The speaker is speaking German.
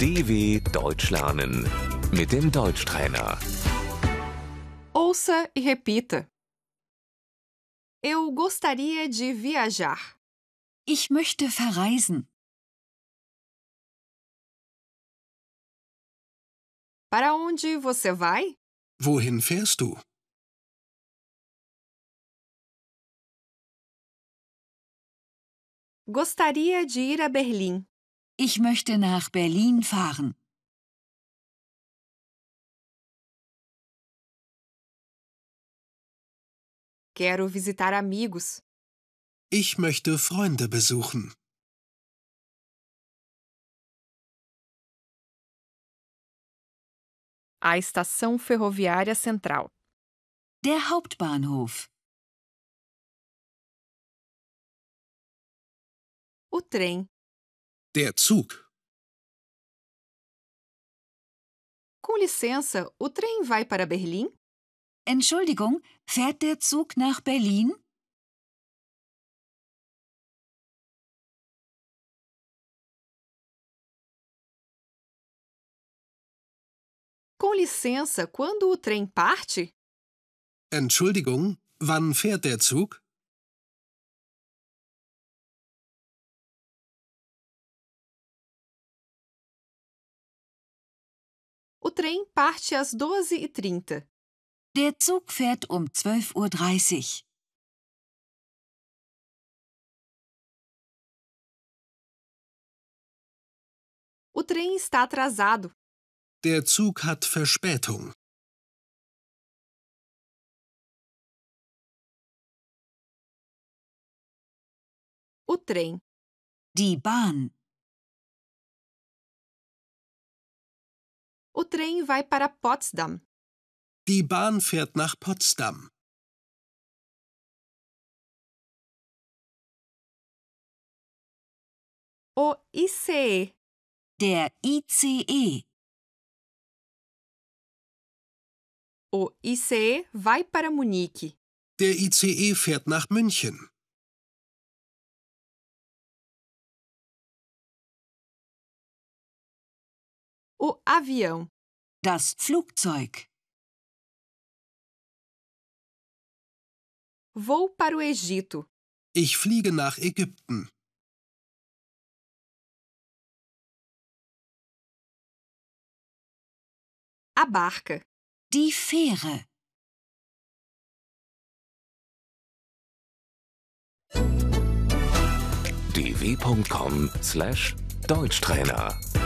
DW Deutsch lernen mit dem Deutschtrainer. Ouça e repita. Eu gostaria de viajar. Ich möchte verreisen. Para onde você vai? Wohin fährst du? Gostaria de ir a Berlim. Ich möchte nach Berlin fahren. Quero visitar amigos. Ich möchte Freunde besuchen. A estação ferroviária central. Der Hauptbahnhof. O trem. Der Zug. Com licença, o trem vai para Berlim? Entschuldigung, fährt der Zug nach Berlin? Com licença, quando o trem parte? Entschuldigung, wann fährt der Zug? O trem parte às 12h30. Der Zug fährt um 12.30 Uhr. O trem está atrasado. Der Zug hat Verspätung. O trem. Die Bahn. O trem vai para Potsdam. Die Bahn fährt nach Potsdam. O ICE. Der E. ICE. O ICE vai para Munique. Der ICE fährt nach München. O avião. Das Flugzeug. Vou para o Egito. Ich fliege nach Ägypten. A barca. Die Fähre. dw.com/deutschtrainer